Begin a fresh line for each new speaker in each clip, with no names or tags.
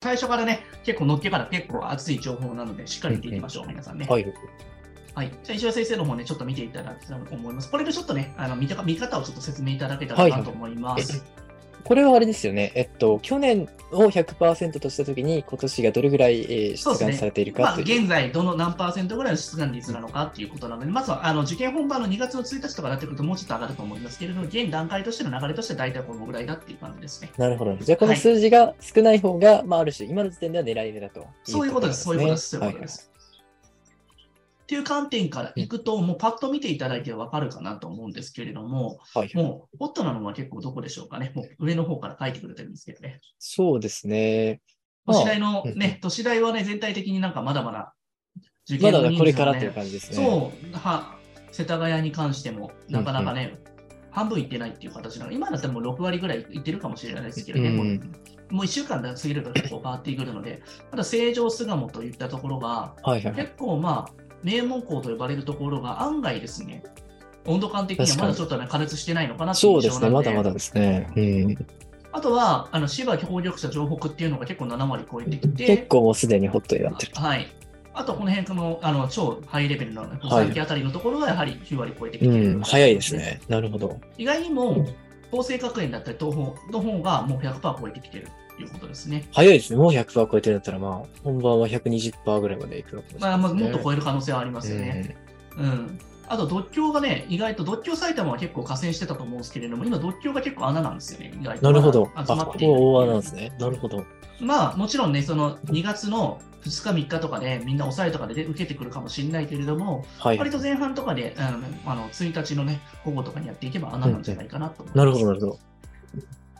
最初からね、結構乗っけから結構熱い情報なので、しっかり見ていきましょう、皆さんね。
はい。
はい、じゃあ石田先生の方ね、ちょっと見ていただきたいと思います。これでちょっとね、あの見た見方をちょっと説明いただけたらなと思います。
これはあれですよね。えっと、去年を100%としたときに、今年がどれぐらい、えー
そうです
出
ね
願されている
ま
か
あ、
という。
現在、どの何パーセントぐらいの出願率なのかっていうことなので、まずはあの受験本番の2月の1日とかになってくると、もうちょっと上がると思いますけれども、現段階としての流れとしては大体このぐらいだっていう感じですね。
なるほど。じゃあ、こ
は
の
い
数字が少ない方が、まあ、ある種、今の時点では狙い目だと。
そういうことです、そういうことです、そういうことですす。っていう観点からいくと、もうパッと見ていただいて分かるかなと思うんですけれども、
はいはいはい
もうホットなのは結構どこでしょうかね、もう上の方から書いてくれてるんですけどね。
そうですね。
都
ま
市
あ
大の
うんう
ね、都市大はね、全体的になんかまだまだ受
ま
の
だまだこれから
人
と
数も
い
ね
う感じですね。
そう、は世田谷に関しても、なかなかね、半分いってないっていう形なので、今だったらもう6割ぐらいいってるかもしれないですけどね、
うん
もうもう1週間過ぎると結構変わってくるので、ただ成城巣鴨といったところが、
はいはいはい。
結構まあ、名門校と呼ばれるところが案外ですね、温度感的にはまだちょっとね、加熱してないのかなってい
そうう
印
で
象
す
な
ね。
ん
ま
で
だまだですね。うん、
あとは、あの、芝協力者、城北っていうのが結構7割超えてきて、
結構もうすでにホットになってる。
はい。あと、この辺この、あの、超ハイレベルな、
は
さ
い
っきあたりのところはやはり9割超えてきて
う
る、
ん、早いです。ね。なるほど。
意外にも、法政学園だったり、東方の方がもう100%超えてきてるということですね。
早いですね。もう100%超えてるんだったら、まあ、本番は120%ぐらいまでいくのかもしれ
ま
な
あ、
い
まあ
ですね。
もっと超える可能性はありますよね。うん。あと、独協がね、意外と、独協埼玉は結構河川してたと思うんですけれども、今、独協が結構穴なんですよね、意外
うん
と。
なるほど。
ま
あ、
だ集ま
こ
ってい
こは大穴なん
す
ですね。なるほど。
まあもちろんね、その2月の2日、3日とかでみんな抑えとかでね受けてくるかもしれないけれども、
はい。
割と前半とかで、あのあの1日のね、午後とかにやっていけば穴なんじゃないかなと思います。
なるほど、なるほど。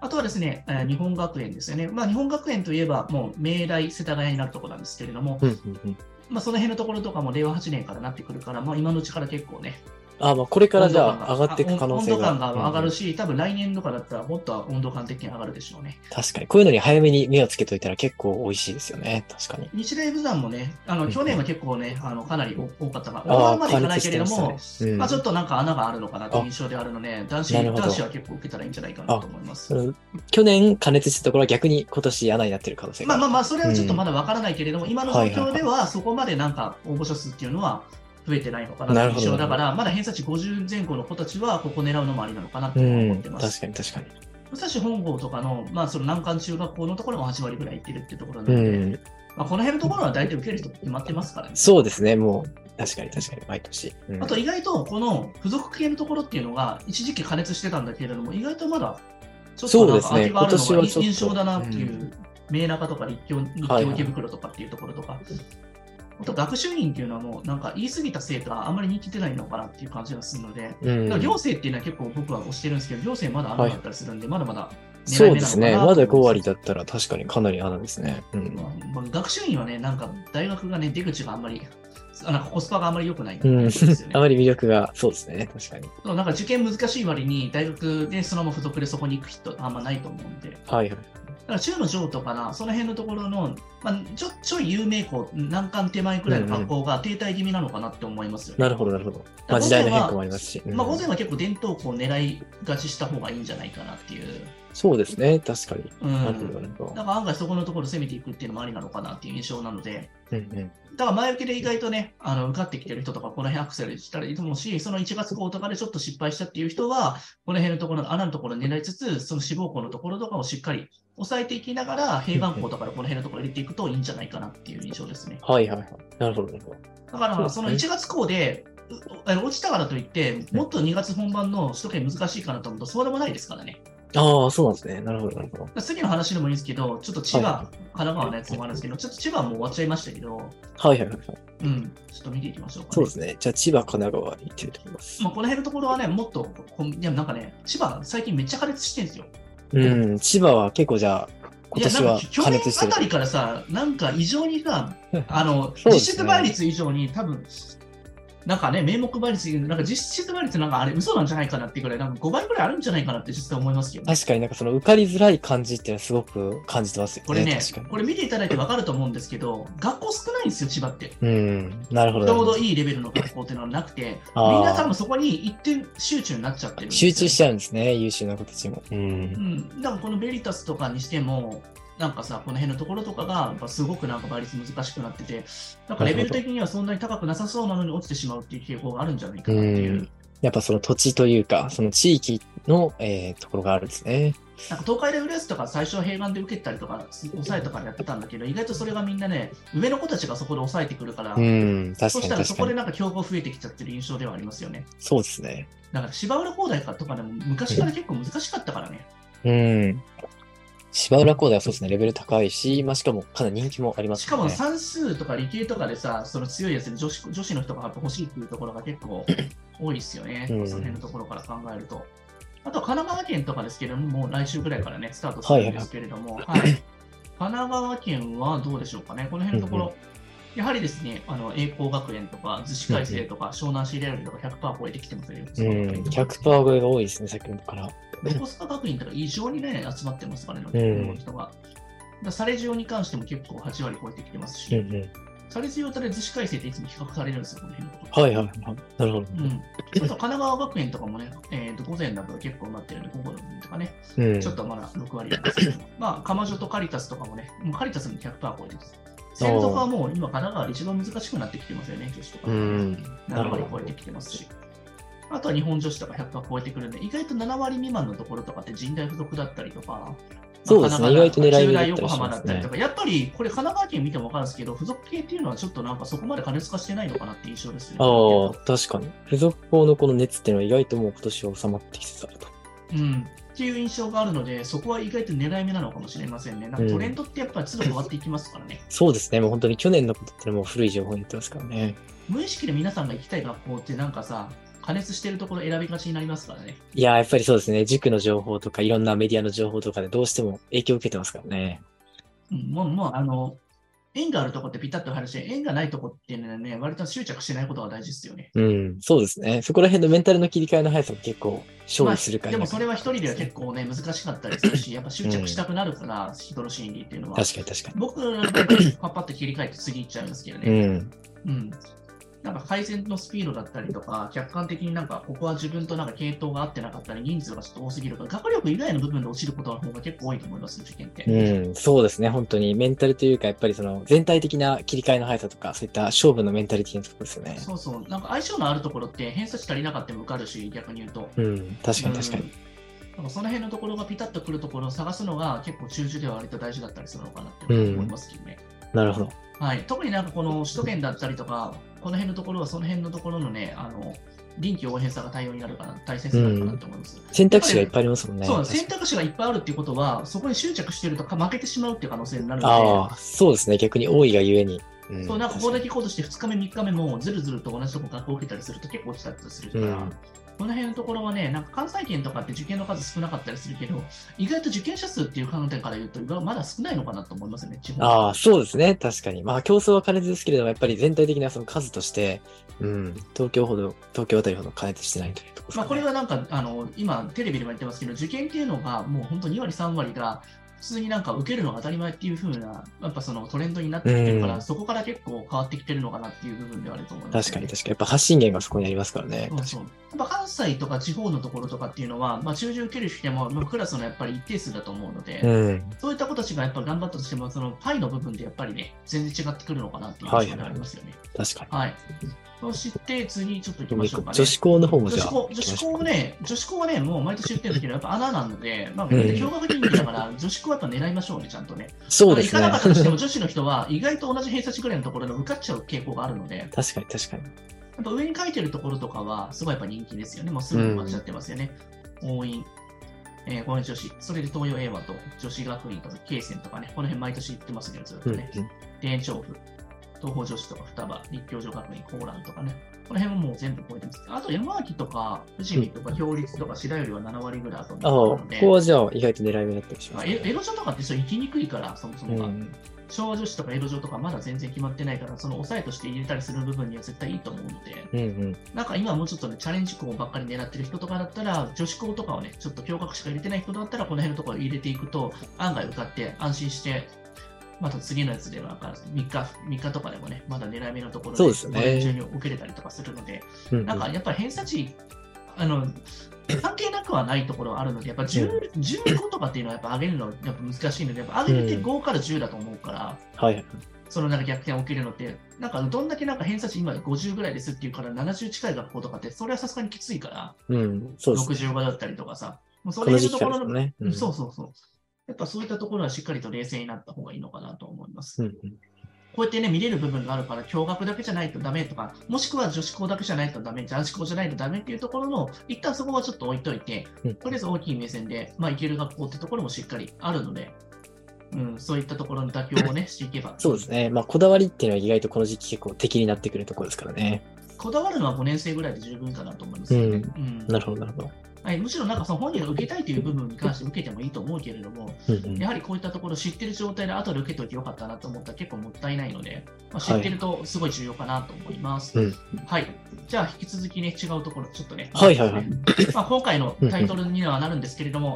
あとはですね、えー日本学園ですよね。まあ日本学園といえば、もう明大、世田谷になるところなんですけれども、
うん、うん、うん。
まあその辺のところとかも令和8年からなってくるから、まあ今のうちから結構ね、
あ、まあ、これからじゃ
温度
あ、
感
上がっていく可能性が。
あ温度感が上がる
し。
し、多分来年とかだったらもっと温度感的に上がるでしょうね。
確かに。こういうのに早めに目をつけといたら結構美味しいですよね。確かに。
日大武山もね、あ
う
の
ん
去年は結構ね、あのかなり多かったから、
あ
大
あ
までいかないけれど
加
も
熱、してましたねうん
まあ、ちょっとなんか穴があるのかなという印象であるので、男子
なるほど
男子は結構受けたらいいんじゃないかなと思います
そ。の去年加熱してたところは逆に今年穴になってる可能性
ま
が。
あまあまあ、それはちょっとまだわからないけれども、今の状況
は
で
い
はそこまでなんか応募者数っていうのは増えてないのかな
な
とい
る
う
ほ
印
ど
象だから、まだ偏差値50前後の子たちはここ狙うのもありなのかなと
う
思っ
ん、
て
確
ま
か
す。
に確かに。
武蔵本郷とかの、まあ、その難関中学校のところも8割ぐらいいってるっていうところな
う
ので、
ん、
まあ、この辺のところは大体受ける人決まってますからね。
そうですね、もう、確かに確かに、毎年。うん
あと意外とこの付属系のところっていうのが一時期加熱してたんだけれども、意外とまだちょっとなんか
そう
空き
ですね
があるの
今年
が
はちょっと
印象だなっていうう、明中とか立教立
はい
教
はい
池袋とかっていうところとか、あと学習院っていうのはもうなんか言い過ぎたせいか、あんまり人気出ないのかなっていう感じがするので、
うん
だから行政っていうのは結構僕は推してるんですけど、行政まだあなかったりするんで、まだまだ
そうですね、
狙い目な
ま
のかなと思います
だ5割だったら確かにかなり穴ですね。うん。
まあ学習院はね、なんか大学がね、出口があんまり、あなんかコスパがあんまり良くないん
うん、
ですよね
あまり魅力が、そうですね、確かに。
そうなんか受験難しい割に大学でそのまま付属でそこに行く人あんまないと思うんで、だ
はいはい。
から中の上とかな、その辺のところの、まあ、ちょちょい有名校、難関手前くらいの学校が停滞気味なのかなって思いますよね。
なるほど、なるほど。まあ、時代の変化もありますし。うん
まあ、午前は結構伝統校を狙いがちした方がいいんじゃないかなっていう。
そうですね、確かに。
う。
なるほど、なんるほど
だ。から案外そこのところ攻めていくっていうのもありなのかなっていう印象なので、
うんうん
だから前受けで意外とね、あの受かってきてる人とか、この辺アクセルしたらいいと思うし、その1月号とかでちょっと失敗したっていう人は、この辺のところの穴のところを狙いつつ、その志望校のところとかをしっかり抑えていきながら、併願校とかでこの辺のところ入れていくといいんじゃないかなっていう印象ですね。
はいはいはい。なるほど、なるほど。
だから、そ
そ
の
うで
1
す
月号で、うあの落ちたからといって、もっと2月本番の首都圏難しいかなと思うと、そうでもないですからね。
ああ、そうなんですね。なるほど、なるほど。
次の話でもいいんですけど、ちょっと千葉、
はい
神奈川のやつもあるんですけど、ちょっと千葉はもう終わっちゃいましたけど、
はいはいはいはい。
うん、ちょっと見ていきましょうか、ね。
そうですね。じゃあ、千葉、神奈川に行ってると思います。
まあ、この辺のところはね、もっと、こんいやなんかね、千葉、最近めっちゃ加熱してるんですよ。
うん、千葉は結構じゃあ、今年
いやな
は
んか
加熱して
去年あ
る
た。りからさ、なんか異常にさ、あの、
そうですね
実質倍率以上に多分、なんかね、名目倍率、なんか実質倍率なんかあれ、嘘なんじゃないかなってぐらい、なんか5倍ぐらいあるんじゃないかなって実際思いますけどね、
確かになんかその受かりづらい感じっていうのはすごく感じてますよね。
これね、
確か
これ見ていただいて分かると思うんですけど、学校少ないんですよ、千葉って。
に。うん、なるほど。
ちょうどいいレベルの学校っていうのはなくて、
あー
みんな多分そこに一点集中になっちゃってるんですよ
集中しちゃうんですね、優秀な子たちも。うん。。
うん、だからこのベリタスとかにしても、なんかさ、この辺のところとかが、やっぱすごくなんか倍率難しくなってて、なんかレベル的にはそんなに高くなさそうなのに落ちてしまうっていう傾向があるんじゃないかなっていううん
やっぱその土地というか、その地域の、えーところがあるんですね。
なんか東海大浦安とか最初は併願で受けたりとか、抑えとかやってたんだけど、意外とそれがみんなね、上の子たちがそこで抑えてくるから、
うん、
そ
確か
し
に
たらそ
確
こ
か
で
に。
なんか競合増えてきちゃってる印象ではありますよね。
そうですね。
だから芝浦高大かとかでも昔から結構難しかったからね。
うん。芝浦高大はそうですね、レベル高いし、まあ、しかもかなり人気もありま
し
す
か
よ
も
ね。
算数とか理系とかでさ、その強いやつに女子女子の人がやっぱ欲しいっていうところが結 構多いですよね、
うん
その辺のところから考えると。あとは神奈川県とかですけれども、もう来週ぐらいからね、スタートするんですけれども、はい 神奈川県はどうでしょうかね、この辺のところ、やはりですね、あの栄光学園とか、逗子海星とか、湘南シレアリとか100%超えてきてますよ、ね。
うん、100%超えが多いですね、先ほどから。
横須賀学院とか異常にね、集まってますからね、
うん
人が。だからサレジオに関しても結構8割超えてきてますし、
うんうん。
サレジオとね、逗子海星っていつも比較されるんですよ、この辺のところ。
はいはいはい。なる
うん、
ほど。
あと神奈川学園とかもね、えー、と午前だと結構なってるんで、午後の分とかね、
うん。
ちょっとまだ6割なんです けど、まあ、鎌女とカリタスとかもね、もうカリタスも100%超えてます。セントはもう今、神奈川で一番難しくなってきてますよね、女子とか。
うん。な
7
るほ
割
ど
超えてきてますし、あとは日本女子とか100%超えてくるんで、意外と7割未満のところとかって人大附属だったりとか、まあ
そうですね
神奈川
意外と狙い目だったり
中大
し
横
ま
浜
すね
だったりとか、やっぱりこれ、神奈川県見ても分かるんですけど、付属系っていうのはちょっとなんかそこまで過熱化してないのかなって印象ですね。
ああ、確かに。付属校のこの熱っていうのは意外ともう今年は収まってきてたと。
うんっていう印象があるので、そこは意外と狙い目なのかもしれませんね。なんかトレンドってやっぱり都度変わっていきますからね。
そうですね、もう本当に去年のことってもう古い情報になってますからね。
無意識で皆さんが行きたい学校ってなんかさ、加熱してるところ選びがちになりますからね。
いやー、やっぱりそうですね。塾の情報とか、いろんなメディアの情報とかでどうしても影響を受けてますからね。
うんもう、もう、あの、縁があるとこってピタッと入るし、縁がないとこっていうのはね、割と執着しないことが大事ですよね。
うん、そうですね。そこら辺のメンタルの切り替えの速さも結構勝利するか
まあで
ら、
もそれは一人では結構ね、難しかったりするし、やっぱ執着したくなるから、人の心理っていうのは。
確かに確か
僕なんかやっぱりパッパッと切り替えて次行っちゃうんですけど
に。
ね。
うん。
うん。なんか改善のスピードだったりとか、客観的になんか、ここは自分となんか系統が合ってなかったり、人数がちょっと多すぎるから、学力以外の部分で落ちることの方が結構多いと思います、受験って。
うん、そうですね。本当にメンタルというか、やっぱりその全体的な切り替えの速さとか、そういった勝負のメンタリティのところですよね。
そうそう、なんか相性のあるところって偏差値足りなかったら受かるし、逆に言うと。
うん、確かに確か
うん
に。
なんかその辺のところがピタッとくるところを探すのが結構中受では割と大事だったりするのかなって
うん
思いますけどね。
なるほど。
はい、特になんかこの首都圏だったりとか、この辺のところはその辺のところのね、あの臨機応変さが対応になるかな、大切になるかなと思います。
選択肢がいっぱいありますもんね。
そう
確かに
選択肢がいっぱいあるっていうことは、そこに執着してるとか負けてしまうっていう可能性になるの
ああ、そうですね。逆に多いがゆえに。う
で、
ん
そうなんかここだけ行こうとして2日目、3日目もずるずると同じとこ学校受けたりすると結構落ちたりするから、
うん
この辺のところはね、なんか関西圏とかって受験の数少なかったりするけど、意外と受験者数っていう観点から言うと、まだ少ないのかなと思いますね、地方
ああ、そうですね。確かに。まあ、競争は過熱ですけれども、やっぱり全体的なその数として、うん、東京ほど、東京あたりほど過熱してないというところです
ま
か
あ、これ
ね。
はなんかあの今、テレビでも言ってますけど、受験っていうのがもう本当2割、3割が普通になんか受けるのが当たり前っていう風なやっぱそのトレンドになってきてるから、
うん
そこから結構変わってきてるのかなっていう部分ではあると思います
確
ね、
かに確かに。やっぱ発信源がそこにありますからね。
そうそうやっぱ関西とか地方のところとかっていうのは、まあ、中旬受ける人もまあクラスのやっぱり一定数だと思うので、
うん。
そういった子たちがやっぱ頑張ったとしても、そのパイの部分でやっぱりね、全然違ってくるのかなっていう印象がありますよね。
確かに。
はい、そして次、ちょっと行き
も
ま
う
しょ
一
うか
個
ね。
女子校の方も
女
じゃ
子
あ
校
行
女
き
子
ましょう
校
か。
はね、女子校はね、もう毎年言ってるんだ けど、やっぱ穴なので、まあ、
うん
共学人気だから、女子校はやっぱ狙いましょうね、ちゃんとね。
そうです
行か
ね
なかっ。たとしても、女子の人は意外と同じ偏差値ぐらいのところで受かっちゃう傾向があるので、や
確かに確かに。
っぱ上に書いてるところとかは、すごいやっぱ人気ですよね。もうすぐ埋まっちゃってますよね。応印、えー、応援女子、それで東洋英和と女子学院とか、慶泉とかね、この辺毎年行ってますけど、ずっと
うん
ね。田園調布、東方女子とか双葉、立教女学院、高蘭とかね、この辺ももう全部超えてます。あと山脇とか、伏見とか、氷立とか、白百合は7割ぐらいあと
ああ、
思
こ
うので、
こはじゃあ意外と狙い目だったりしま
まあ
す、
え
ね。
江戸女とかって人行きにくいから、そもそうもが。
ん、
昭和女子とか江戸女とかまだ全然決まってないから、その抑えとして入れたりする部分には絶対いいと思うので、
うん、うん。
なんか今もうちょっとね、チャレンジ校ばっかり狙ってる人とかだったら、女子校とかをね、ちょっと共学しか入れてない人だったら、この辺のところ入れていくと、案外受かって安心して、また次のやつでなんか3日、3日とかでもね、まだ狙い目のところ
そうですね
午前中に受けれたりとかするので、
うんうん
なんかやっぱり偏差値あの関係なくはないところはあるので、やっぱ 10, 15とかっていうのはやっぱ上げるのはやっぱ難しいので、やっぱ上げて5から10だと思うから、
はい。
そのなんか逆転起きるのって、なんかどんだけなんか偏差値今50ぐらいですっていうから70近い学校とかって、それはさすがにきついから、
うん、そうです。
65だったりとかさ、もうそ
こ
れ
の
の
時
と
期
こ
からで
ろ
す
の
もんね。うん
そうそうそう。やっぱそういったところはしっかりと冷静になった方がいいのかなと思います。
うんうん
こうやってね、見れる部分があるから、共学だけじゃないとダメとか、もしくは女子校だけじゃないとダメ、男子校じゃないとダメっていうところの、一旦そこはちょっと置いといて、
うん
とりあえず大きい目線で、まあ、いける学校ってところもしっかりあるので、うん、そういったところの妥協をね、していけば。
そうですね。まあ、こだわりっていうのは意外とこの時期結構敵になってくるところですからね。
こだわるのは5年生ぐらいで十分かなと思います。
うん
うん
なるほど、なるほど。
はい、むしろなんかその本人が受けたいという部分に関して受けてもいいと思うけれども、
うんうん
やはりこういったところ知ってる状態で後で受けといてよかったなと思ったら結構もったいないので、まあ、知ってるとすごい重要かなと思います。
う
はい
ん。
じゃあ引き続きね、違うところ、ちょっとね。
はいはいはい
まあ今回のタイトルにはなるんですけれども、